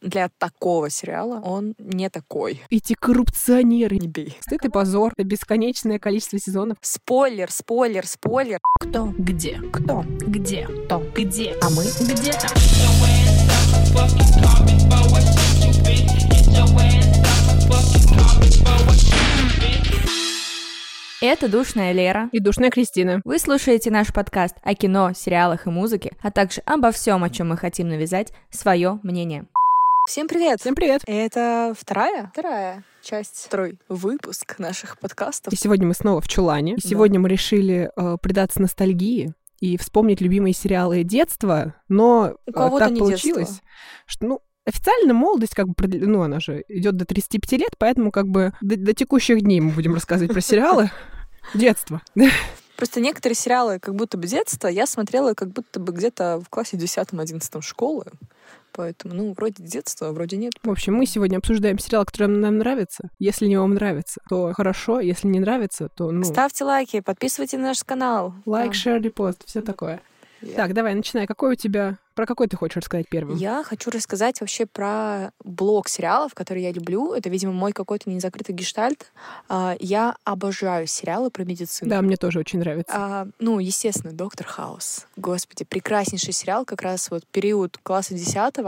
для такого сериала он не такой. Эти коррупционеры. Не бей. Стыд и позор. Это бесконечное количество сезонов. Спойлер, спойлер, спойлер. Кто? Где? Кто? Где? Кто? Где? А мы? Где-то. Это «Душная Лера». И душная Кристина. Вы слушаете наш подкаст о кино, сериалах и музыке, а также обо всем, о чем мы хотим навязать свое мнение. Всем привет. Всем привет. Это вторая? Вторая часть. Второй выпуск наших подкастов. И сегодня мы снова в Чулане. И Да. сегодня мы решили э, предаться ностальгии и вспомнить любимые сериалы детства, но У э, кого-то так не получилось, детство. что ну официально молодость как бы продли- ну она же идет до 35 лет, поэтому как бы до, до текущих дней мы будем рассказывать про сериалы детства. Просто некоторые сериалы как будто бы детства я смотрела как будто бы где-то в классе 10-11 школы. Поэтому, ну, вроде детства, а вроде нет. В общем, мы сегодня обсуждаем сериал, который нам нравится. Если не вам нравится, то хорошо. Если не нравится, то ну Ставьте лайки, подписывайтесь на наш канал. лайк, Там. шер, репост, все такое. Я- Так, давай начинай. Какой у тебя? Про какой ты хочешь рассказать первым? Я хочу рассказать вообще про блок сериалов, которые я люблю. Это, видимо, мой какой-то незакрытый гештальт. А, Я обожаю сериалы про медицину. Да, мне тоже очень нравится. А, ну, естественно, Доктор Хаус. Господи, прекраснейший сериал, как раз вот период класса 10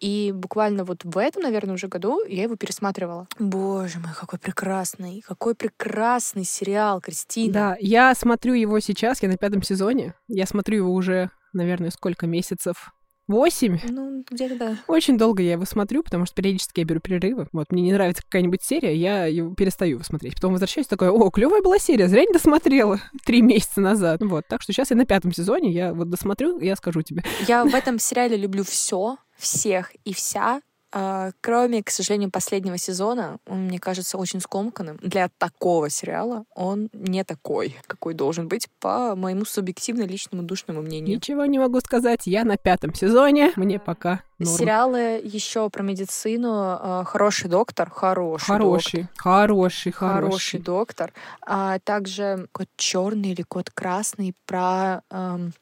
и буквально вот в этом, наверное, уже году я его пересматривала. Боже мой, какой прекрасный, какой прекрасный сериал, Кристина. Да, я смотрю его сейчас, я на пятом сезоне. Я смотрю его уже, наверное, сколько месяцев? Восемь. Ну, где-то да. Очень долго я его смотрю, потому что периодически я беру перерывы. Вот мне не нравится какая-нибудь серия, я его перестаю его смотреть. Потом возвращаюсь такой, о, клевая была серия, зря не досмотрела три месяца назад. Вот, так что сейчас я на пятом сезоне, я вот досмотрю, я скажу тебе. Я в этом сериале люблю все, всех и вся. а, Кроме, к сожалению, последнего сезона, он, мне кажется, очень скомканным. Для такого сериала он не такой, какой должен быть, по моему субъективно личному душному мнению. Ничего не могу сказать, я на пятом сезоне, мне пока норм. Сериалы еще про медицину. а, Хороший доктор. Хороший. доктор. Хороший, хороший, Хороший хороший. доктор. А также кот черный или кот красный про эм,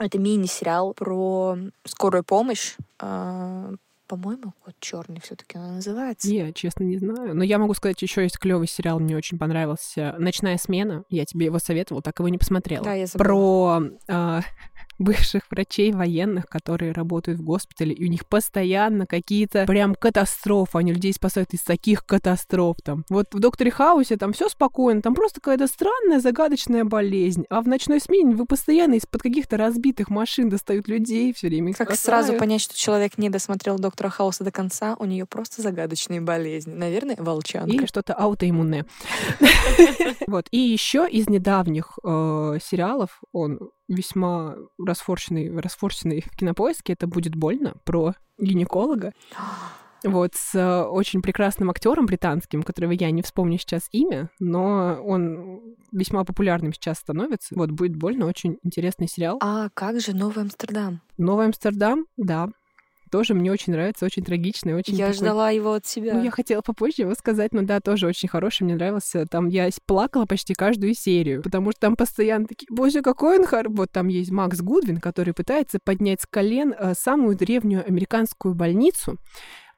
это мини-сериал про скорую помощь. А, по-моему, кот черный все-таки она называется. Я, честно, не знаю. Но я могу сказать, еще есть клевый сериал, мне очень понравился. Ночная смена. Я тебе его советовала, так его не посмотрела. Да, я забыла. Про а, бывших врачей военных, которые работают в госпитале, и у них постоянно какие-то прям катастрофы. Они людей спасают из таких катастроф там. Вот в Докторе Хаусе там все спокойно, там просто какая-то странная загадочная болезнь. А в ночной смене вы постоянно из-под каких-то разбитых машин достают людей все время. их Как спасают. сразу понять, что человек не досмотрел доктора Хауса до конца, у нее просто загадочные болезни. Наверное, волчанка. Или что-то аутоиммунное. Вот. И еще из недавних э, сериалов он весьма расфорченный, расфорченный в кинопоиске. Это будет больно про гинеколога. Вот, с э, очень прекрасным актером британским, которого я не вспомню сейчас имя, но он весьма популярным сейчас становится. Вот, будет больно, очень интересный сериал. А как же Новый Амстердам? Новый Амстердам, да, тоже мне очень нравится, очень трагичный, очень я такой ждала его от себя. ну, я хотела попозже его сказать, но да, тоже очень хороший, мне нравился. Там я с- плакала почти каждую серию, потому что там постоянно такие, боже, какой он хороший. Вот там есть Макс Гудвин, который пытается поднять с колен э, самую древнюю американскую больницу,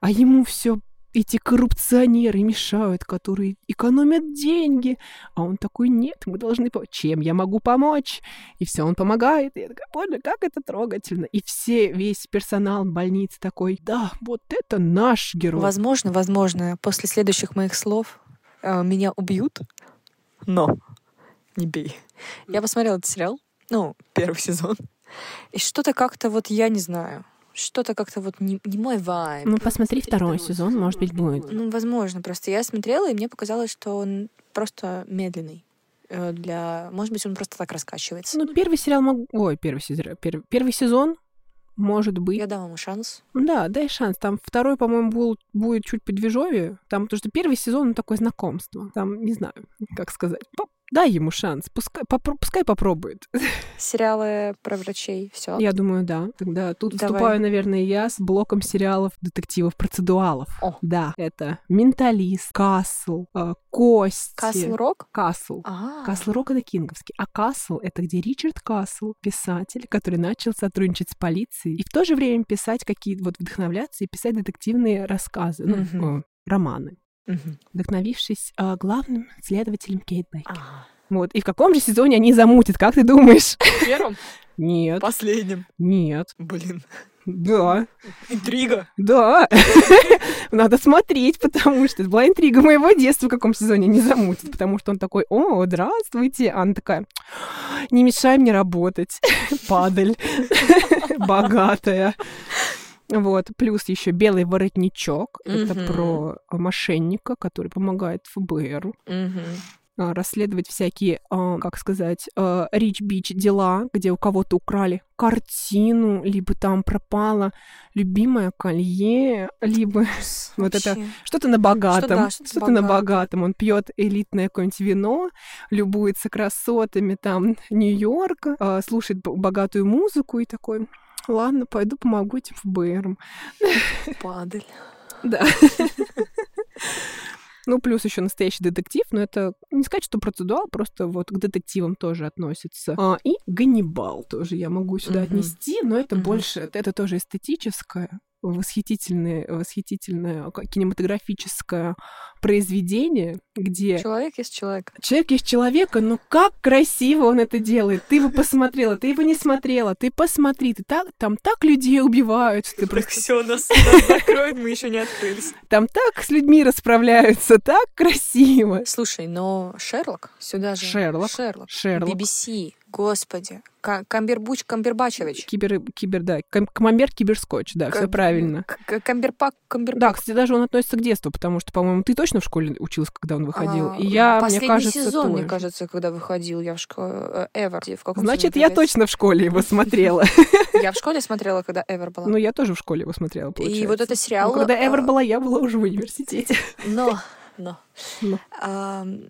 а ему все эти коррупционеры мешают, которые экономят деньги. А он такой, нет, мы должны... по- Чем я могу помочь? И все, он помогает. И я такая, боже, как это трогательно. И все, весь персонал больницы такой, да, вот это наш герой. Возможно, возможно, после следующих моих слов э, меня убьют, но не бей. Я посмотрела этот сериал, ну, первый сезон, и что-то как-то вот я не знаю, что-то как-то вот не, не мой вайб. Ну, посмотри второй сезон, может быть, будет. Ну, возможно, просто я смотрела, и мне показалось, что он просто медленный. э, Для... Может быть, он просто так раскачивается. Ну, первый сериал мог... Ой, первый сезон. Первый, первый сезон, может быть. Я дам ему шанс. Да, дай шанс. Там второй, по-моему, был, будет чуть подвижовее. Там, потому что первый сезон, ну, такое знакомство. Там, не знаю, как сказать. По- Дай ему шанс, пускай, попро- пускай попробует. Сериалы про врачей, все. Я думаю, да. Тогда тут Давай. вступаю, наверное, я с блоком сериалов, детективов, процедуалов. О. Да, это «Менталист», «Касл», э, «Кости». Касл Рок? «Касл». А, Касл Рок это кинговский. А Касл это где Ричард Касл, писатель, который начал сотрудничать с полицией и в то же время писать какие-то вот вдохновляться и писать детективные рассказы, ну, Мгм. э, романы, мгм. вдохновившись а, главным следователем Кейт Бейкер. А. Вот. И в каком же сезоне они замутят, как ты думаешь? Первым? Нет, Последним. нет, Блин, да, интрига. да. Надо смотреть, потому что это была интрига моего детства, в каком сезоне они замутят, потому что он такой, о, здравствуйте. А она такая, не мешай мне работать, падаль, богатая. Вот, плюс еще белый воротничок. Это Мгм. про мошенника, который помогает ФБРу Мгм. а, расследовать всякие, а, как сказать, рич-бич дела, где у кого-то украли картину, либо там пропало любимое колье, либо Вот это Вообще. что-то на богатом. да, что-то на богатое. богатом. Он пьет элитное какое-нибудь вино, любуется красотами там Нью-Йорка, а, слушает б- богатую музыку и такой... Ладно, пойду помогу типа, этим ФБРам. Падаль. Да. Ну, плюс еще настоящий детектив, но это не сказать, что процедуал, просто вот к детективам тоже относится. А, и Ганнибал тоже я могу сюда Мгм. отнести, но это Мгм. больше, это тоже эстетическое, восхитительное, восхитительное ка- кинематографическое произведение, где Человек есть человек. Человек есть человека, но как красиво он это делает. Ты его посмотрела, ты его не смотрела, ты посмотри, ты так, там так людей убивают, что ты просто все, нас закроет, мы еще не открылись. там так с людьми расправляются, так красиво. Слушай, но Шерлок сюда же... Шерлок. Шерлок. Шерлок. BBC, господи. Ка- Камбербуч Камбербачевич. Кибер, кибер, да, кам- камамбер, киберскотч, да, все Кам- правильно. К- к- Камберпак Камбербак. Да, кстати, даже он относится к детству, потому что, по-моему, ты точно в школе училась, когда он выходил. А, И я, мне последний кажется, сезон, мне тоже. кажется, когда выходил, я в школе... Эвер. В каком Значит, сезоне я это есть? точно в школе его смотрела. Я в школе смотрела, когда Эвер была. Ну, я тоже в школе его смотрела, И получается. вот это Ну, сериал... когда Эвер э, была, я была уже в университете. Но, но. Но. Ам,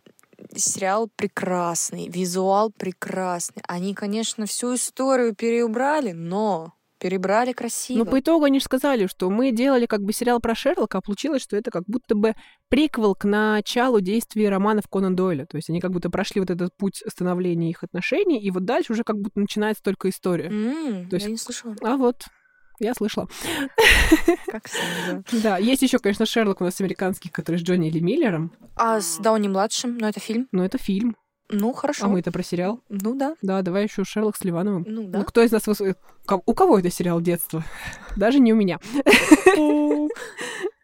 Сериал прекрасный, визуал прекрасный. Они, конечно, всю историю переубрали, но перебрали красиво. Но по итогу они же сказали, что мы делали как бы сериал про Шерлока, а получилось, что это как будто бы приквел к началу действий романов Конан Дойля. То есть они как будто прошли вот этот путь становления их отношений, и вот дальше уже как будто начинается только история. М, То есть- Я не слышала. А вот я слышала. Как всегда. Да, есть еще, конечно, Шерлок у нас американский, который с Джонни Ли Миллером, А с Дауни-младшим? Ну, это фильм. но это фильм, Ну, хорошо. а мы это про сериал. Ну, да. Да, давай еще Шерлок с Ливановым. Ну, Ну, да. кто из нас... вос- э, ко- У кого это сериал детства? Даже не у меня. Ну,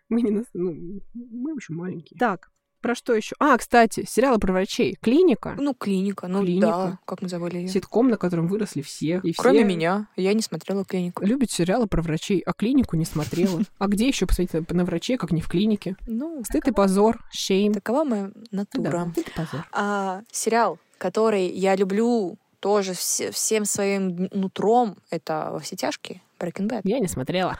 Мы не... нас- Ну, мы еще маленькие. Так, про что еще? А, кстати, сериалы про врачей. Клиника. Ну, клиника. Ну, Клиника. да. Как мы забыли ее. Ситком, на котором выросли все. И все Кроме меня. Я не смотрела клинику. Любит сериалы про врачей, а клинику не смотрела. А где еще посмотреть на- на врачей, как не в клинике? Ну, Стыд и позор, шейм. такова моя натура. Да, а стыд и позор. А, сериал, который я люблю тоже вс- всем своим нутром, это во все тяжкие. Breaking Bad. Я не смотрела.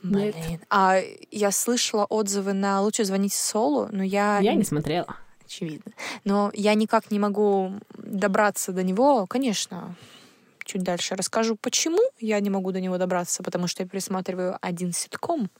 Блин. Нет. А я слышала отзывы на «Лучше звоните Солу», но я... Я не смотрела. Очевидно. Но я никак не могу добраться до него. Конечно, чуть дальше расскажу, почему я не могу до него добраться, потому что я пересматриваю один ситком,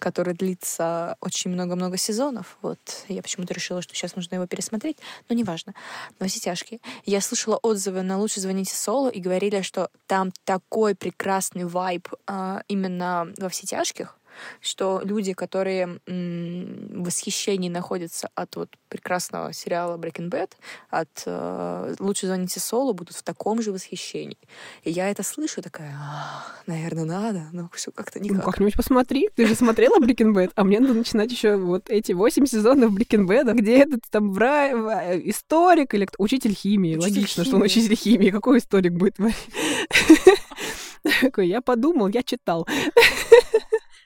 который длится очень много-много сезонов. Вот я почему-то решила, что сейчас нужно его пересмотреть, но неважно. Но все тяжкие. Я слышала отзывы на «Лучше звоните Солу» и говорили, что там такой прекрасный вайб а, именно во все тяжких, что люди, которые м, в восхищении находятся от вот прекрасного сериала Breaking Bad, от э, «Лучше звоните Солу», будут в таком же восхищении. И я это слышу, такая, наверное, надо, но все как-то Ну, никак. как-нибудь посмотри. Ты же смотрела Breaking Bad, а мне надо начинать еще вот эти восемь сезонов Breaking Bad, где этот там вра- ва- э, историк или кто- учитель химии. Учитель Логично, что он химии. учитель химии. Какой историк будет? Такой, я подумал, я читал.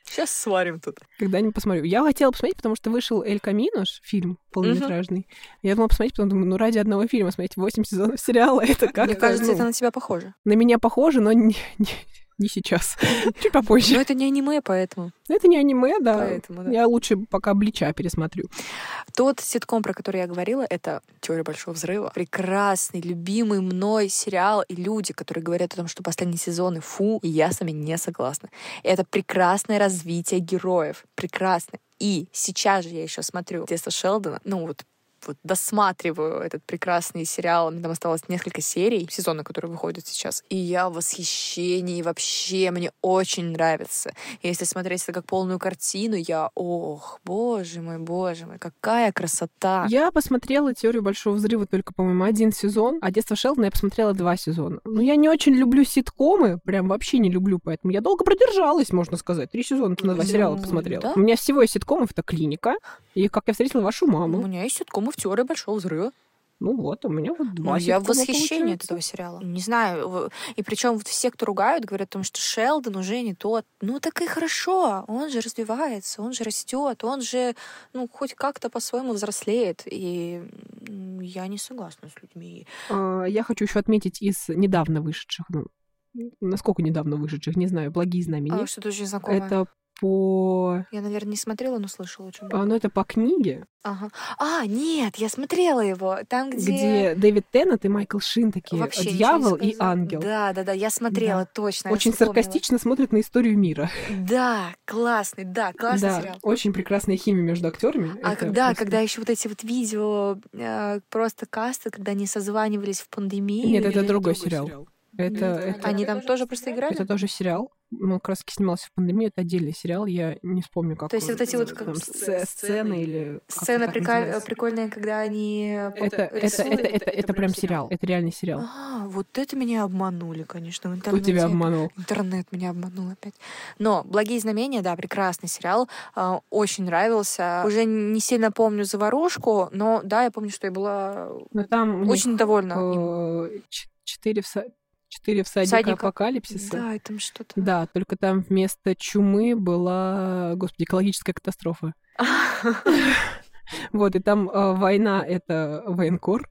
Сейчас сварим тут. Когда-нибудь посмотрю. Я хотела посмотреть, потому что вышел Эль Каминош, фильм полнометражный. Я думала посмотреть, потом думаю, ну ради одного фильма смотреть восемь сезонов сериала, это ну, как Мне кажется, это на тебя похоже. на меня похоже, но не, не- не сейчас, чуть Но попозже. это не аниме, поэтому. Это не аниме, да. Поэтому, да. Я лучше пока Блича пересмотрю. Тот ситком, про который я говорила, это «Теория большого взрыва». Прекрасный, любимый мной сериал. И люди, которые говорят о том, что последние сезоны фу, и я с вами не согласна. Это прекрасное развитие героев. Прекрасно. И сейчас же я еще смотрю «Детство Шелдона». Ну вот вот досматриваю этот прекрасный сериал. Мне там осталось несколько серий сезона, который выходит сейчас. И я в восхищении вообще. Мне очень нравится. Если смотреть это как полную картину, я, ох, боже мой, боже мой, какая красота. Я посмотрела «Теорию большого взрыва» только, по-моему, один сезон, а «Детство Шелдона» я посмотрела два сезона. Но я не очень люблю ситкомы, прям вообще не люблю, поэтому я долго продержалась, можно сказать. Три сезона на два Ну, сериала посмотрела. да. У меня всего из ситкомов это «Клиника» и «Как я встретила вашу У маму». меня есть ситкомы в теории большого взрыва. Ну вот, у меня вот два Ну, я в ситкома восхищении от получается. этого сериала. Не знаю, в- и причем вот все, кто ругают, говорят о том, что Шелдон уже не тот. Ну так и хорошо, он же развивается, он же растет, он же, ну, хоть как-то по-своему взрослеет. И м, я не согласна с людьми. А, Я хочу еще отметить из недавно вышедших, ну, насколько недавно вышедших, не знаю, А, «Благие знамения». что-то очень знакомое. Это по... Я, наверное, не смотрела, но слышала очень а, Ну, это по книге, Ага. А, нет, я смотрела его. Там, где... где, Дэвид Теннет и Майкл Шин такие Вообще ничего не дьявол и сказала. ангел. Да, да, да, я смотрела, точно. я Очень вспомнила. саркастично смотрит на историю мира. Да, классный, да, классный да, сериал. очень прекрасная химия между актерами. А Это когда, просто- когда еще вот эти вот видео э, просто касты, когда они созванивались в пандемии. Нет, это или- другой сериал. Это, это, Они там тоже просто играли? это тоже сериал. Он как раз таки снимался в пандемию. Это отдельный сериал. Я не вспомню, как. То есть он- вот эти вот там как сц- сцены сцены или. как Сцена э, это так прика- называется. Э, прикольная, когда они... Это, это, это, это, это, прям сериал. Это реальный сериал. А, вот это меня обманули, конечно, в Кто интернете. тебя обманул? Интернет меня обманул опять. Но «Благие знамения», да, прекрасный сериал. э, Очень нравился. Уже не сильно помню заварушку, но да, я помню, что я была Но там у них, очень довольна им. э, ч- четыре вса- четыре всадника Всадника. апокалипсиса. Да, и там что-то. Да, только там вместо чумы была, господи, экологическая катастрофа. Вот, и там э, война — это военкор.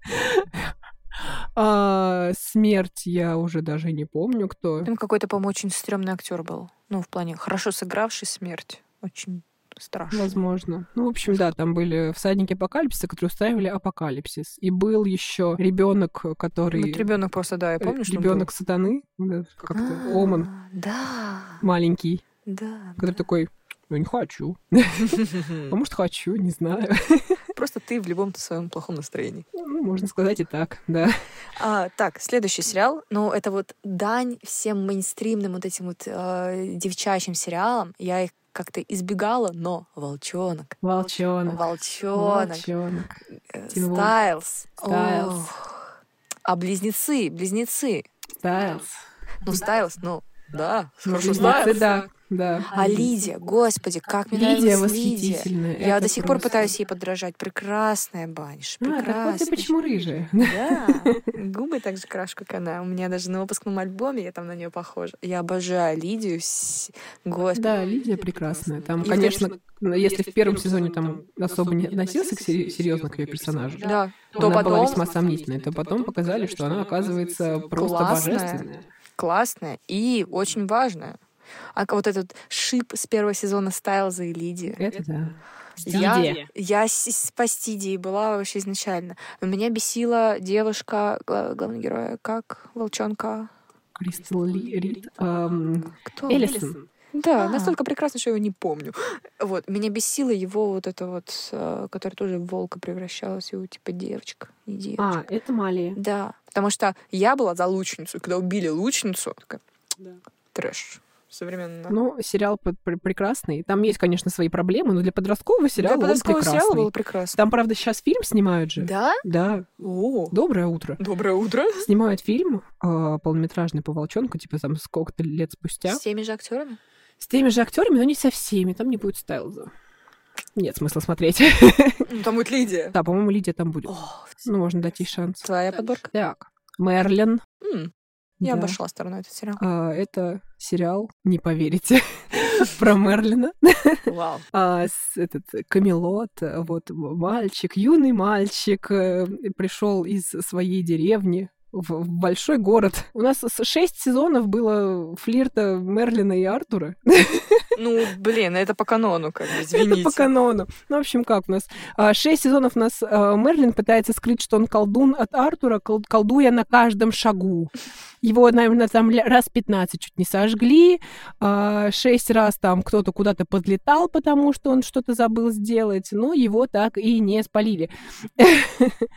А, смерть я уже даже не помню, кто. Там какой-то, по-моему, очень стрёмный актер был. Ну, в плане хорошо сыгравший смерть. Очень страшно. Возможно. Ну, в общем, да, там были всадники апокалипсиса, которые устраивали апокалипсис. И был еще ребенок, который... Ну, Вот ребенок просто, да, я помню, что он был. ребенок сатаны, да, э, как-то А, Оман Да, маленький, да. который да. такой, я не хочу. А может, хочу, не знаю. Просто ты в любом своем плохом настроении. Ну, можно сказать и так, да. А, так, следующий сериал. Ну, это вот дань всем мейнстримным вот этим вот э, девчачьим сериалам. Я их как-то избегала, но волчонок. Волчонок. Волчонок. Волчонок. э, Тин Вулф. Стайлз. Стайлз. Ох. А близнецы, близнецы. Стайлз. Ну, Стайлз, ну, да, хорошо Близнецы, Стайлз. Ну, да, да. А Лидия, господи, как мне Лидия нравилась Лидия. восхитительная. Я до это сих пор просто. пытаюсь ей подражать. Прекрасная баниш, А, так вот ты прекрасная. почему рыжая? Да, губы так же крашу, как она. У меня даже на выпускном альбоме я там на нее похожа. Я обожаю Лидию. с- Господи. Да, Лидия прекрасная. Там, И, конечно, ну, если в первом сезоне там особо не относился к сери- серьезно к ее персонажу, Да. то То она была потом- весьма сомнительной, то потом показали, что она оказывается просто Классная. божественная. классная и очень важная. А к- вот этот шип с первого сезона Стайлза и Лидии. Это да. Я, я с- с- по Стидии была вообще изначально. Но Меня бесила девушка гла- главного героя, как волчонка. Кристал Ли- Рид. эм, Кто? Эллисон. Да, А. настолько прекрасно, что я его не помню. Вот, меня бесило его вот это вот, э, которая тоже в волка превращалась, его типа девочка, не девочка. А, это Малия. Да, потому что я была за лучницу, и когда убили лучницу, такая, Да. трэш, современно. Ну, сериал пр- пр- прекрасный. Там есть, конечно, свои проблемы, но для подросткового сериала Для он подросткового прекрасный. сериала было прекрасно. Там, правда, сейчас фильм снимают же. Да? Да. О, Доброе утро. доброе утро. Снимают фильм э, полнометражный по волчонку, типа там сколько-то лет спустя. С теми же актерами? С теми же актерами, но не со всеми. Там не будет Стайлза. Нет смысла смотреть. Ну, там будет Лидия. Да, по-моему, Лидия там будет. О, Ну, можно дать ей шанс. твоя подборка? Так. Мерлин. М, Я Да. обошла стороной этот сериал. А, это сериал, не поверите, про Мерлина. Вау. а, с- этот Камелот, э, вот м- мальчик, юный мальчик, пришел из э, своей деревни в, в большой город. У нас с- шесть сезонов было флирта Мерлина и Артура. Ну, блин, это по канону, как бы, извините. Это по канону. Ну, в общем, как у нас? А, Шесть сезонов у нас а, Мерлин пытается скрыть, что он колдун от Артура, кол- колдуя на каждом шагу. Его, наверное, там ля- раз 15 чуть не сожгли. а, Шесть раз там кто-то куда-то подлетал, потому что он что-то забыл сделать. Но его так и не спалили.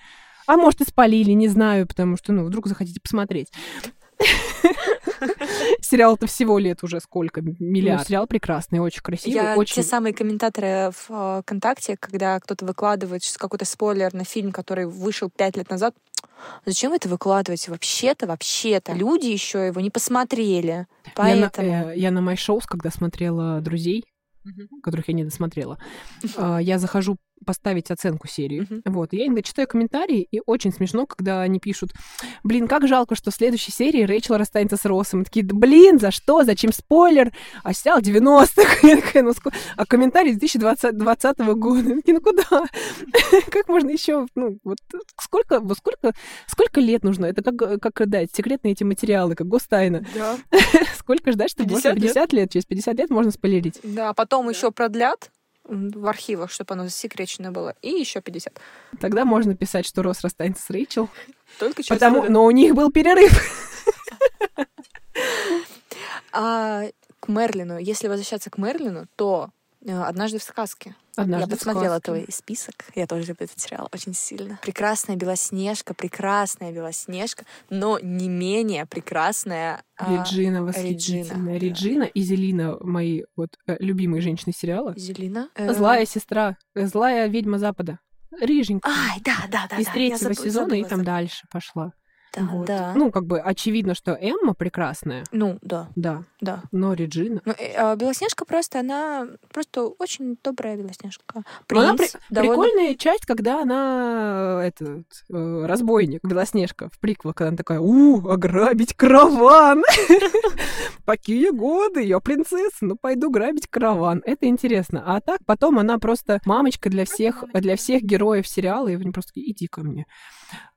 А может, и спалили, не знаю, потому что, ну, вдруг захотите посмотреть. Сериал-то всего лет уже сколько? Миллиард. Ну, сериал прекрасный, очень красивый, Я очень те самые комментаторы в э, ВКонтакте, когда кто-то выкладывает щас какой-то спойлер на фильм, который вышел пять лет назад. Зачем вы это выкладываете? Вообще-то, вообще-то. Люди еще его не ну, посмотрели. Поэтому. Я на, э, я на MyShows, когда смотрела друзей, которых я не досмотрела, а, я захожу поставить оценку серии. Мгм. Вот. Я иногда читаю комментарии, и очень смешно, когда они пишут, блин, как жалко, что в следующей серии Рэйчел расстанется с Россом. И такие, «Да блин, за что, зачем спойлер? А сериал 90-х. Я такая, «Ну ск- А комментарий 2020 2020 года. Я такая, ну куда? Как можно еще? Ну, вот сколько, вот сколько, сколько лет нужно? Это как, как, да, секретные эти материалы, как гостайна. Да. Сколько ждать, что 50 можно 50 лет? Через 50 лет можно спойлерить. Да, а потом еще продлят м, в архивах, чтобы оно засекречено было. И еще 50. Тогда можно писать, что Рос расстанется с Рэйчел. Только через Потому... Но у них был перерыв. А к Мерлину, если возвращаться к Мерлину, то э, однажды в сказке. я посмотрела твой список. Я тоже люблю этот сериал очень сильно. Прекрасная Белоснежка, прекрасная Белоснежка, но не менее прекрасная а, Реджина Реджина, восхитительная. да. Реджина и Зелина, мои вот э, любимые женщины сериала. Зелина. Э, Злая сестра, э, злая ведьма Запада. Рыженькая. Ай, да, А, да, да. Из да, я третьего забы- сезона и забыла, там забыла. дальше пошла. Да, Вот. да. Ну, Ну, как бы очевидно, что Эмма прекрасная, да, да, да. но Реджина... Ну, э, а Белоснежка просто, она просто очень добрая Белоснежка. Но Ну, она Принц при- довольно- Прикольная часть, когда она э, этот э, разбойник, Белоснежка в приквел, когда она такая, у, ограбить караван. Какие годы, я принцесса, ну пойду грабить караван. Это интересно. А так потом она просто мамочка для всех, для всех героев сериала, и они просто такие, иди ко мне.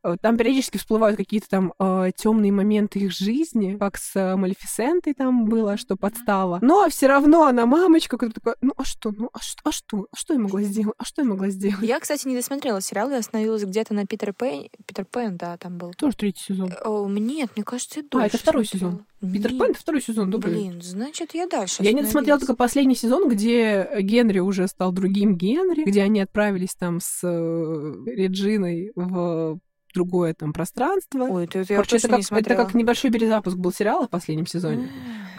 Э, Там периодически всплывают какие-то там э, темные моменты их жизни, как с э, Малефисентой там было, что подстава. Но все равно она мамочка, которая такая, ну а что, ну а что, а что, а что я могла сделать, а что я могла сделать? Я, кстати, не досмотрела сериал, я остановилась где-то на Питер Пен. Питер Пен, да, там был. Тоже третий сезон. О, Нет, мне кажется, я А, дольше это второй смотрела. сезон. Э, Питер Нет, Пэн, это второй сезон, добрый. Блин, значит, я дальше Я не досмотрела остановилась. только последний сезон, где Генри уже стал другим Генри, где они отправились там с э, Реджиной в другое там пространство. Ой, это, это я Короче, это, точно как, не это смотрела. как небольшой перезапуск был сериала в последнем сезоне,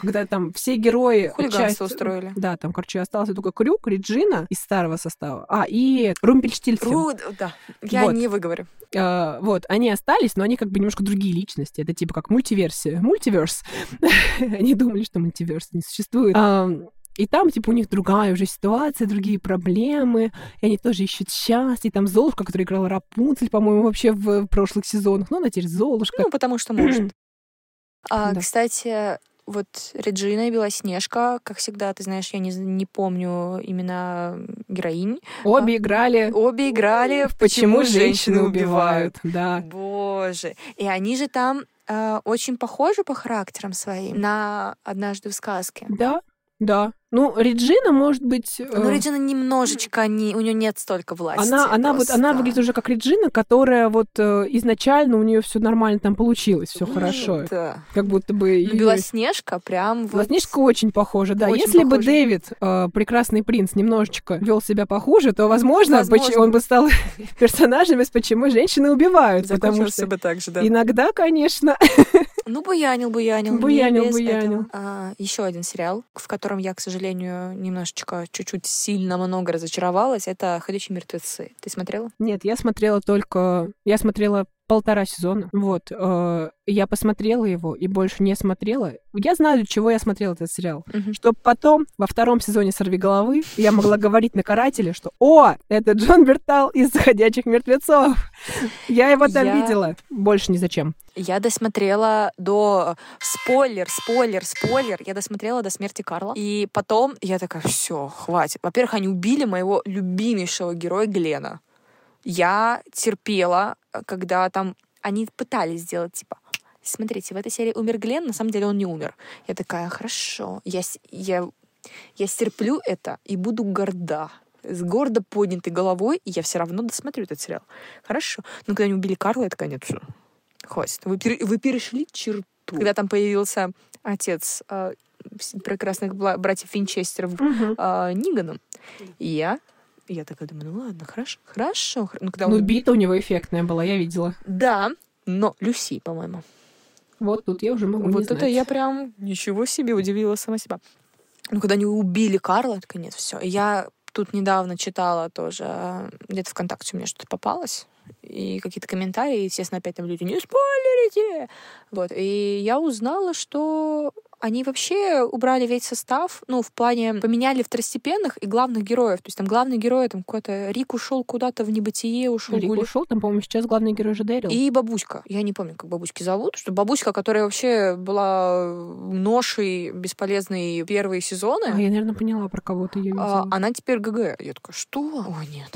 когда там все герои... Хулиганство устроили. Да, там, короче, остался только Крюк, Реджина из старого состава, а, и Румпельштильцин. Ру- да, я Вот. не выговорю. Э, вот, они остались, но они как бы немножко другие личности. Это типа как мультиверсия. Мультиверс. Они думали, что мультиверс не существует. Ам, И там, типа, у них другая уже ситуация, другие проблемы, и они тоже ищут счастье. И там Золушка, которая играла Рапунцель, по-моему, вообще в, в прошлых сезонах. Ну, она теперь Золушка. Ну, потому что может. А, Да. Кстати, вот Реджина и Белоснежка, как всегда, ты знаешь, я не, з- не помню имена героинь. Обе играли Обе играли в «Почему женщины убивают». Да. Боже. И они же там э, очень похожи по характерам своим на «Однажды в сказке». Да, да. Ну, Реджина, может быть... э, Но Реджина немножечко, не, у нее нет столько власти. Она, она, вот, она просто. выглядит уже как Реджина, которая вот э, изначально у нее все нормально там получилось, все Ну, хорошо. Ну, да. Как будто бы... Ну, её- Белоснежка прям вот- Белоснежка очень похожа, да. Очень Если бы похожа. Дэвид, э, прекрасный принц, немножечко вел себя похуже, то, возможно, Возможно. поч- он бы стал персонажем из «Почему женщины убивают», потому Закончился что бы так же, да. иногда, конечно, Ну, буянил, буянил. Буянил, не без буянил. этого. А, еще один сериал, в котором я, к сожалению, немножечко, чуть-чуть сильно много разочаровалась, это «Ходячие мертвецы». Ты смотрела? Нет, я смотрела только... Я смотрела полтора сезона. Вот. э, я посмотрела его и больше не смотрела. Я знаю, для чего я смотрела этот сериал. Мгм. Чтобы потом, во втором сезоне «Сорви головы», я могла говорить на карателе, что «О, это Джон Бертал из «Ходячих мертвецов». Я его там Я- видела. Больше ни зачем. Я досмотрела до... э, Спойлер, спойлер, спойлер. Я досмотрела до смерти Карла. И потом я такая, все, хватит. Во-первых, они убили моего любимейшего героя Глена. Я терпела, э, когда там они пытались сделать, типа, смотрите, в этой серии умер Глен, на самом деле он не умер. Я такая, хорошо, я, с- я, я стерплю это и буду горда. С гордо поднятой головой и я все равно досмотрю этот сериал. Хорошо. Но когда они убили Карла, это конец. всё. Хватит. Вы, пере- вы перешли черту. Когда там появился отец э, вс- прекрасных бла- братьев Винчестеров Мгм. а, Ниганом. И я, я такая думаю, ну ладно, хорошо, хорошо. хор- Ну, когда он Ну, убил- бита у него эффектная была, я видела. Да, но Люси, по-моему. Вот тут я уже могу не вот это знать. я прям ничего себе удивила сама себя. Ну, когда они убили Карла, я такая, нет, все. Я тут недавно читала тоже, э, где-то ВКонтакте у меня что-то попалось, и какие-то комментарии, и, естественно, опять там люди, не спойлерите! Вот, и я узнала, что они вообще убрали весь состав, ну, в плане поменяли второстепенных и главных героев. То есть там главный герой, там какой-то Рик ушел куда-то в небытие, ушел Рик ушел, там, по-моему, сейчас главный герой же Дэрил. и бабуська. Я не помню, как бабуськи зовут. Что бабуська, которая вообще была э, ношей бесполезной первые А, сезоны, я, наверное, поняла, про кого ты ее а, видела. она теперь ГГ. Я такая, что? О, нет.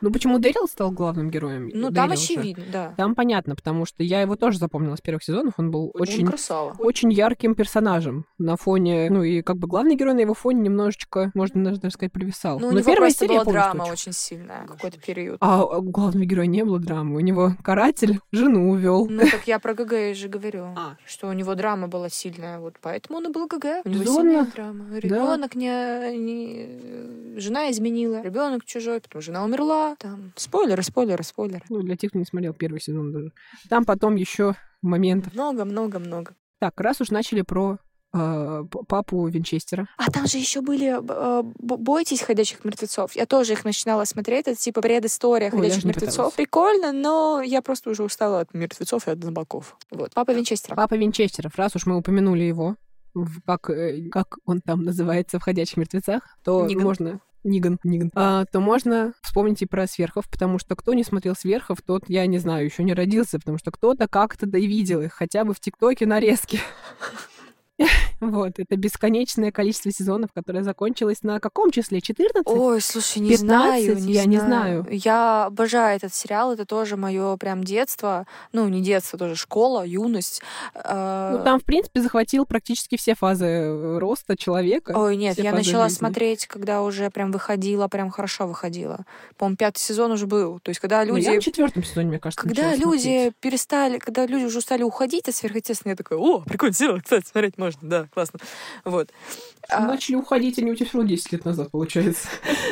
Ну, почему Дэрил стал главным героем? Ну, там Дэрил же. очевидно, да. Там понятно, потому что я его тоже запомнила с первых сезонов. Он был очень, Он красава. очень ярким персонажем на фоне... Ну, и как бы главный герой на его фоне немножечко, можно даже, даже сказать, провисал. Ну, у Но него первая просто серия была я помню, что драма очень- очень сильная, Боже какой-то мой. период. А у главного героя не было драмы. У него каратель жену увел. Ну, так я про ГГ и же говорю, А. что у него драма была сильная, вот поэтому он и был ГГ. У него Зона. сильная драма. Ребенок не, не- Жена изменила, ребенок чужой, потом жена умерла. Там спойлеры, спойлеры, спойлеры. Ну, для тех, кто не смотрел первый сезон даже. Там потом еще моментов. Много, много, много. Так, раз уж начали про э, п- папу Винчестера. А там же еще были э, б- бойтесь ходячих мертвецов. Я тоже их начинала смотреть. Это типа предыстория Ой, я ходячих же не мертвецов. пыталась. Прикольно, но я просто уже устала от мертвецов и от зомбаков. Вот. Папа Винчестера. Папа Винчестеров, раз уж мы упомянули его, в- как, э, как он там называется в «Ходячих мертвецах», то Ниган. можно... Ниган, Ниган. А, то можно вспомнить и про сверхов, потому что кто не смотрел сверхов, тот, я не знаю, еще не родился, потому что кто-то как-то да и видел их, хотя бы в ТикТоке нарезки. Вот, это бесконечное количество сезонов, которое закончилось на каком числе? 14? Ой, слушай, не 15? знаю. Не Я не знаю. Я обожаю этот сериал. Это тоже мое прям детство. Ну, не детство, тоже школа, юность. Э, Ну, там, в принципе, захватил практически все фазы э, роста человека. Ой, нет, все я фазы начала жизни. смотреть, когда уже прям выходила, прям хорошо выходила. По-моему, пятый сезон уже был. То есть, когда Ну, люди я в четвертом сезоне, мне кажется, Когда начала люди смотреть. перестали, когда люди уже стали уходить от сверхъестественного, я такая, о, прикольно, сериал, кстати, смотреть можно, да, классно. Вот. А, Начали уходить, они у тебя всего 10 лет назад, получается.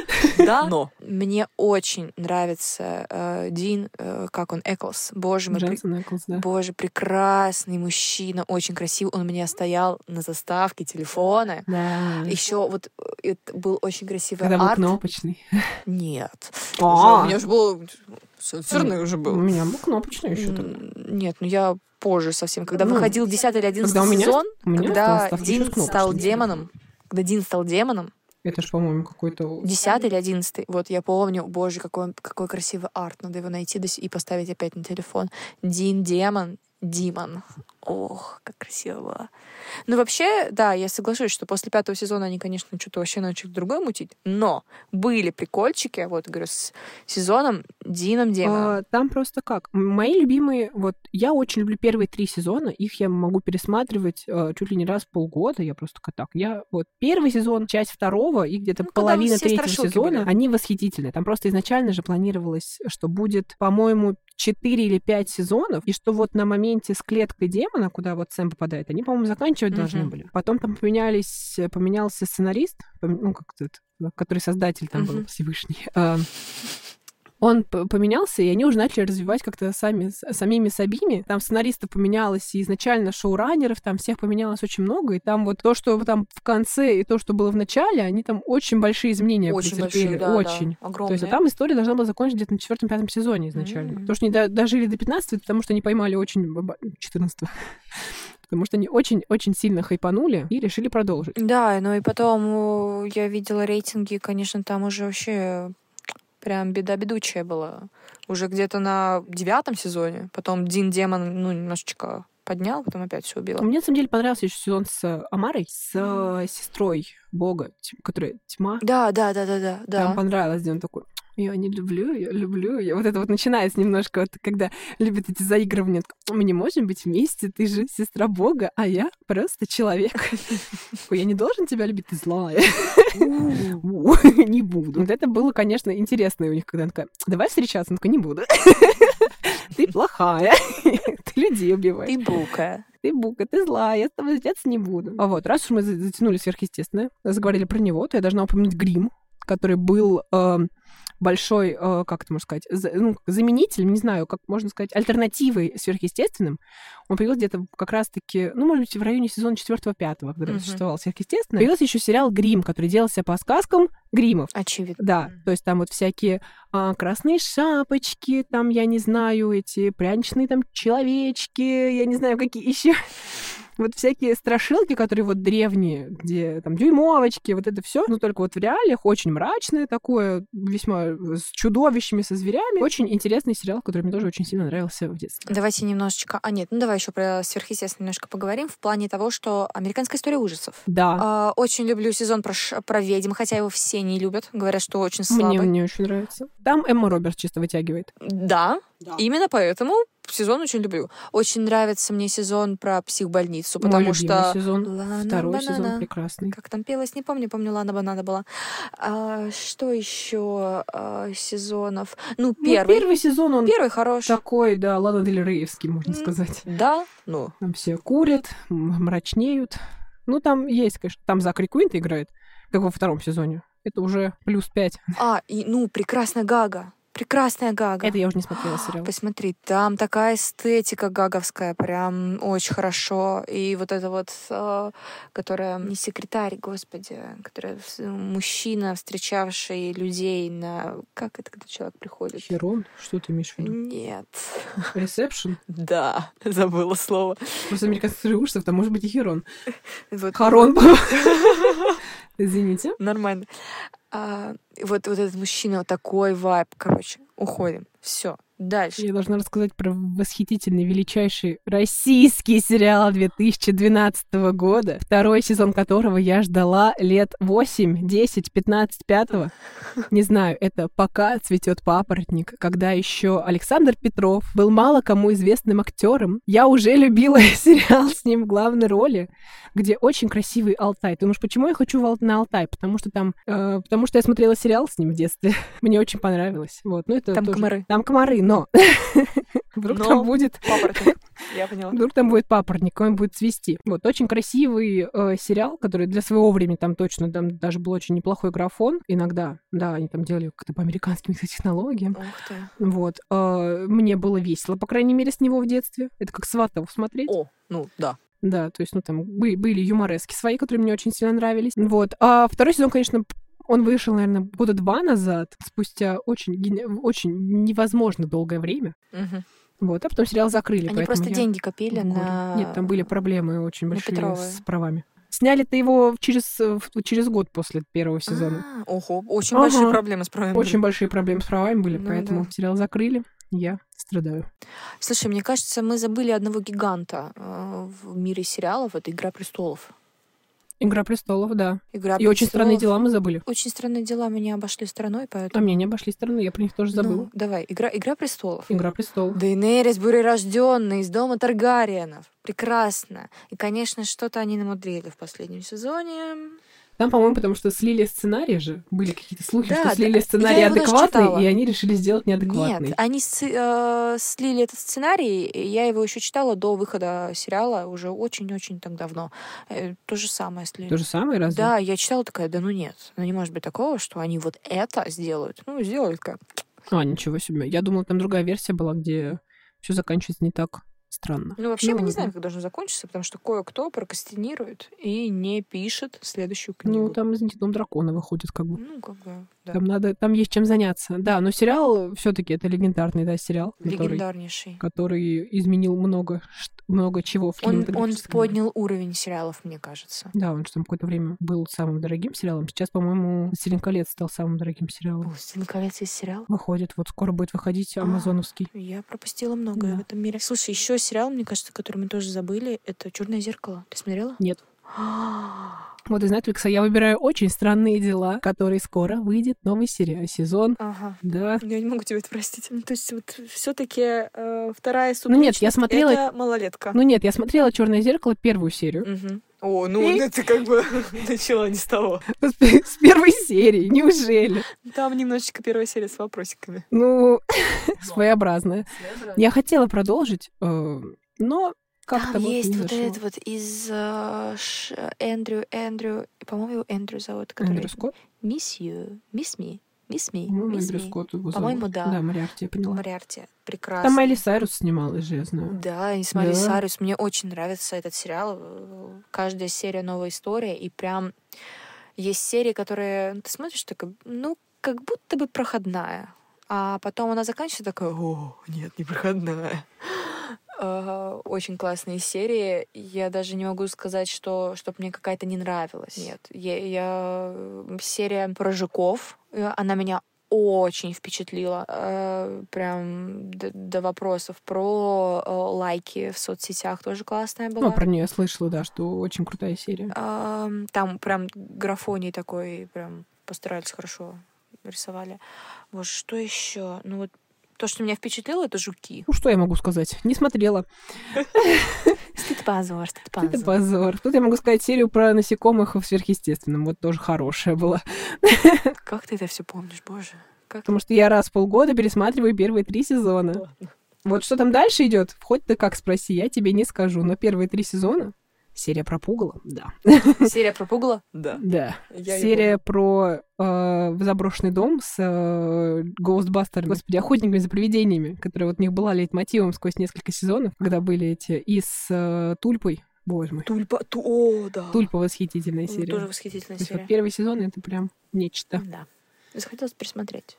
да, но мне очень нравится э, Дин, э, как он, Эклс. Боже мой, при- Дженсен Эклс, да. боже, прекрасный мужчина, очень красивый. Он у меня стоял на заставке телефона. Да. Еще вот э, это был очень красивый Когда был арт. кнопочный. Нет. Уже А, у меня же был сенсорный уже у был. меня был кнопочный еще тогда. М, Нет, ну я позже совсем. Когда Ну, выходил 10 или 11 когда у меня- сезон, у меня когда осталось Дин ещё кнопочный стал телефон. демоном, когда Дин стал демоном, Это ж, по-моему, какой-то... 10 или 11, вот я помню, боже, какой, он- какой красивый арт, надо его найти до с- и поставить опять на телефон. Дин демон, Димон. Ох, как красиво было. Ну, вообще, да, я соглашусь, что после пятого сезона они, конечно, что-то вообще начали другое мутить, но были прикольчики, вот, говорю, с сезоном Дином Демоном. А, Там просто как? М- Мои любимые, вот я очень люблю первые три сезона, их я могу пересматривать э, чуть ли не раз в полгода, я просто к- так. Я вот первый сезон, часть второго и где-то Ну, когда вот половина все третьего страшилки сезона, были. они восхитительны. Там просто изначально же планировалось, что будет, по-моему, 4 или 5 сезонов, и что вот на моменте с клеткой демона, куда вот Сэм попадает, они, по-моему, заканчивать должны Мгм. были. Потом там поменялись, э, поменялся сценарист, пом- ну, как этот, который создатель там был, Мгм. Всевышний. Э, он п- поменялся, и они уже начали развивать как-то сами, с- самими Сабими. Там сценаристов поменялось, и изначально шоураннеров, там всех поменялось очень много, и там вот то, что там в конце, и то, что было в начале, они там очень большие изменения Очень претерпели, большие, да, очень. да, огромные. То есть а там история должна была закончиться где-то на четвертом-пятом сезоне изначально. М. Потому что не до- дожили до 15 потому что они поймали очень... баба- 14 Потому что они очень-очень сильно хайпанули и решили продолжить. Да, ну и потом э, я видела рейтинги, конечно, там уже вообще прям беда бедучая была. Уже где-то на девятом сезоне. Потом Дин Демон, ну, немножечко поднял, потом опять все убило. Мне, на самом деле, понравился еще сезон с э, Амарой, с э, сестрой бога, ть- которая тьма. Да, да, да, да, да, Там да. понравилось, где он такой, я не люблю ее, люблю ее. Вот это вот начинается немножко, вот, когда любят эти заигрывания. Мы не можем быть вместе, ты же сестра Бога, а я просто человек. Я не должен тебя любить, ты злая. Не буду. Вот это было, конечно, интересно у них, когда она такая, давай встречаться, она такая, не буду. Ты плохая, ты людей убиваешь. Ты бука. Ты бука, ты злая, я с тобой встречаться не буду. А вот, раз уж мы за- затянули сверхъестественное, заговорили про него, то я должна упомянуть грим, который был э, большой, э, как это можно сказать, за- ну, заменитель, не знаю, как можно сказать, альтернативой сверхъестественным. Он появился где-то как раз-таки, ну, может быть, в районе сезона 4-5, когда Мгм. существовал сверхъестественное. Появился еще сериал «Грим», который делался по сказкам гримов. Очевидно. Да, то есть там вот всякие а, красные шапочки, там, я не знаю, эти пряничные там человечки, я не знаю, какие еще. Вот всякие страшилки, которые вот древние, где там дюймовочки, вот это все. Но только вот в реалиях очень мрачное такое, весьма э, с чудовищами, со зверями. Очень интересный сериал, который мне тоже очень сильно нравился в детстве. Давайте немножечко... А, нет, ну давай еще про сверхъестественное немножко поговорим в плане того, что американская история ужасов. Да, А, очень люблю сезон про, ш- про ведьм, хотя его все не любят. Говорят, что очень слабый. мне, мне очень нравится. Там Эмма Робертс чисто вытягивает. Да, именно поэтому сезон очень люблю. Очень нравится мне сезон про психбольницу, Мой потому любимый что... сезон. Лана Второй сезон Банана. прекрасный. Как там пелось, не помню, помню, Лана Банана была. А, что еще а, сезонов? Ну, Ну, первый. первый сезон, он Первый хороший. Такой, да, Лана Дель Рейевский, можно М. сказать. Да, ну. Там все курят, м- мрачнеют. Ну, там есть, конечно, там Закри Куинт играет, как во втором сезоне. Это уже плюс пять. А, и, ну, прекрасная Гага. Прекрасная Гага. Это я уже не смотрела сериал. Посмотри, там такая эстетика гаговская, прям очень хорошо. И вот это вот, э, которая не секретарь, господи, которая вс- э, мужчина, встречавший людей на... Как это, когда человек приходит? Херон? Что ты имеешь в виду? Нет. Ресепшн? Да, забыла слово. Просто американский ужасов, там может быть и Херон. Вот Харон. Извините. Нормально. А, вот, вот этот мужчина, вот такой вайб, короче. Уходим. Все. Дальше. Я должна рассказать про восхитительный, величайший российский сериал 2012 года, второй сезон которого я ждала лет 8, 10, 15, 5. Не знаю, это «Пока цветет папоротник», когда еще Александр Петров был мало кому известным актером. Я уже любила сериал с ним в главной роли, где очень красивый Алтай. Ты думаешь, почему я хочу в Ал- на Алтай? Потому что там... э, потому что я смотрела сериал с ним в детстве. Мне очень понравилось. Вот. Ну, это Там тоже- комары. там комары, но вдруг Но. там будет, Папоротник. Я поняла. вдруг там будет папоротник, и он будет цвести. Вот очень красивый э, сериал, который для своего времени там точно, там даже был очень неплохой графон. Иногда, да, они там делали как-то по американским их технологиям. Ух ты. Вот Э, мне было весело, по крайней мере, с него в детстве. Это как сватов смотреть. О, ну да. Да, то есть, ну, там бы- были юморески свои, которые мне очень сильно нравились. Вот. А второй сезон, конечно, п- он вышел, наверное, года два назад, спустя очень, ген- очень невозможно долгое время. Мгм. Вот, а потом сериал закрыли. Они поэтому просто я деньги в копили горе. на... Нет, там были проблемы очень большие Петрова. с правами. Сняли-то его через, э, в- через год после первого сезона. А, Ого, очень Ага. большие проблемы с правами. Очень большие проблемы с правами были, Ну поэтому да. сериал закрыли. Я страдаю. Слушай, мне кажется, мы забыли одного гиганта э, в мире сериалов. Это «Игра престолов». Игра престолов, да. «Игра И очень странные престолов». дела мы забыли. Очень странные дела меня обошли стороной, А поэтому... мне не обошли стороны, я про них тоже Ну, забыла. давай, «Игра, игра престолов». Игра престолов. Дейнерис Бурерожденный из дома Таргариенов. Прекрасно. И, конечно, что-то они намудрили в последнем сезоне. Там, по-моему, потому что слили сценарий же. Были какие-то слухи, Да, что да, слили сценарий я его тоже читала. адекватный, и они решили сделать неадекватный. Нет, они сци- э, слили этот сценарий. и Я его еще читала до выхода сериала уже очень-очень так давно. Э, То же самое слили. То же самое, разве? Да, я читала такая, да ну нет, ну не может быть такого, что они вот это сделают. Ну, сделают как. А, ничего себе. Я думала, там другая версия была, где все заканчивается не так странно. Ну, вообще, Ну, мы не ладно. знаем, как должно закончиться, потому что кое-кто прокастинирует и не пишет следующую книгу. Ну, там из «Дом дракона» выходит как бы. Ну, как бы, да. Там надо, там есть чем заняться. Да, но сериал все таки это легендарный, да, сериал, который, Легендарнейший. который изменил много, шт- много чего в Он, он кинематографическом мире. поднял уровень сериалов, мне кажется. Да, он же там какое-то время был самым дорогим сериалом. Сейчас, по-моему, «Властелин колец» стал самым дорогим сериалом. «Властелин колец» есть сериал? Выходит, вот скоро будет выходить А. амазоновский. Я пропустила многое Да. в этом мире. Слушай, еще сериал, мне кажется, который мы тоже забыли, это «Черное зеркало». Ты смотрела? Нет. Вот из Netflix я выбираю «Очень странные дела», который скоро выйдет новый сериал, сезон. Ага. Да. Я не могу тебе это простить. Ну, то есть вот все-таки вторая Ну нет, я субличность смотрела- это малолетка. Ну нет, я смотрела «Черное зеркало» первую серию. Мгм. О, ну И- это как бы начала не с того. С пе- с первой серии, неужели? Там немножечко первая серия с вопросиками. Ну, своеобразная. Я хотела продолжить, э, но как-то Там вот не есть вот зашло. этот вот из э, Ш- Эндрю, Эндрю, по-моему, его Эндрю зовут, который... Эндрю Скотт? Мисс Ю, мисс Ми, мисс Ми, По-моему, мисс Эндрю Ми. Скотт его По-моему, зовут. да. Да, Мариарти, я поняла. Мариарти. Прекрасно. Там Майли Сайрус снималась же, я знаю. Да, и с Майли Да. Сайрус. Мне очень нравится этот сериал. Э, Каждая серия новая история. И прям есть серии, которые ну, ты смотришь, такая, ну, как будто бы проходная. А потом она заканчивается такая, о, нет, не проходная. Э, Очень классные серии. Я даже не могу сказать, что чтобы мне какая-то не нравилась. Нет, я, я- серия про жуков, э, она меня очень впечатлила. Э, Прям д- до вопросов. Про э, лайки в соцсетях тоже классная была. Ну, про нее слышала, да, что очень крутая серия. Ам, Там прям графоний такой, прям постарались хорошо рисовали. Вот что еще? Ну вот то, что меня впечатлило, это жуки. Ну, что я могу сказать? Не смотрела. Стыд позор, стыд Это позор. Тут я могу сказать серию про насекомых в сверхъестественном. Вот тоже хорошая была. Как ты это все помнишь, боже? Как... Потому что я раз в полгода пересматриваю первые три сезона. Вот что там дальше идет, хоть ты как спроси, я тебе не скажу. Но первые три сезона серия про пугало, да. Серия про пугало? Да. Да. Серия про э, заброшенный дом с э, Ghostbusters, господи, охотниками за привидениями, которая вот у них была лейтмотивом сквозь несколько сезонов, когда были эти, и с э, Тульпой, боже мой. Тульпа. Ту- О, да. Тульпа восхитительная Ну, серия. Тоже восхитительная То есть вот серия. первый сезон это прям нечто. Да. Захотелось пересмотреть.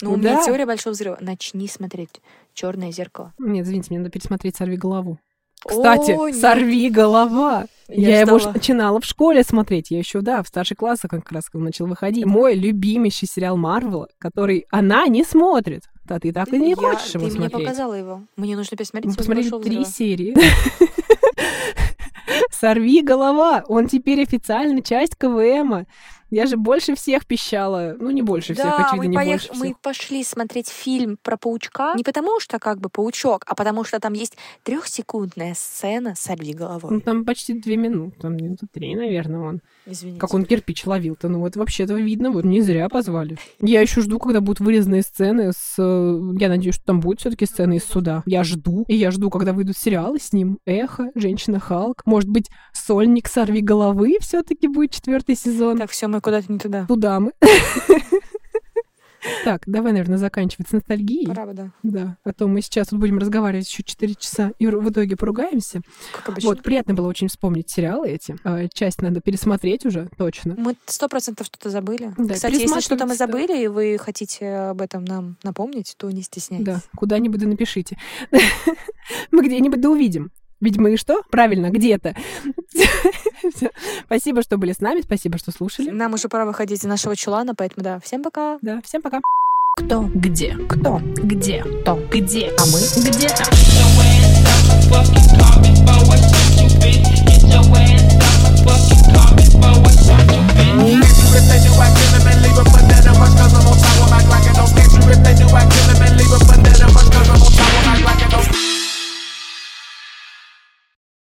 Ну, Ну у меня да. теория большого взрыва. Начни смотреть черное зеркало. Нет, извините, мне надо пересмотреть «Сорви голову». Кстати, О, нет. «Сорви голова». Я, его ж ждала. начинала в школе смотреть. Я еще, да, в старших классах как раз он начал выходить. Мой любимейший сериал Марвела, который она не смотрит. Да ты так и не Я- хочешь ты его мне смотреть. Ну, показала его. Мне нужно пересмотреть Мы «Теорию посмотрели большого три взрыва». серии. Сорви голова. Он теперь официально часть КВМа. Я же больше всех пищала. Ну, не больше всех, да, очевидно, мы, не поех- больше мы всех. пошли смотреть фильм про паучка. Не потому что как бы паучок, а потому что там есть трехсекундная сцена «Сорви Ну, головой». там почти две минуты, там минуты три, наверное, он. Извините. Как он кирпич ловил-то, ну вот вообще-то видно, вот не зря позвали. Я еще жду, когда будут вырезанные сцены с... э, Я надеюсь, что там будет все-таки сцены из суда. Я жду, и я жду, когда выйдут сериалы с ним. Эхо, Женщина Халк. Может быть, Сольник Сорви головы все-таки будет четвертый сезон. Так, все, мы куда-то не туда. Туда мы. Так, давай, наверное, заканчивать с ностальгией. Правда. Да. А то мы сейчас тут будем разговаривать еще 4 часа и в итоге поругаемся. Как обычно. Вот, приятно было очень вспомнить сериалы эти. Э, Часть надо пересмотреть уже, точно. Мы сто процентов что-то забыли. Да, Кстати, если пересматривать, что-то мы да. забыли, и вы хотите об этом нам напомнить, то не стесняйтесь. Да, куда-нибудь да напишите. Мы где-нибудь да увидим. Ведь мы что? Правильно, где-то. Всё. Спасибо, что были с нами, спасибо, что слушали. Нам уже пора выходить из нашего чулана, поэтому да, всем пока. Да, всем пока. Кто? Где? Кто? Где? Кто? Где? А мы где-то. Leave me with a new identity, leave a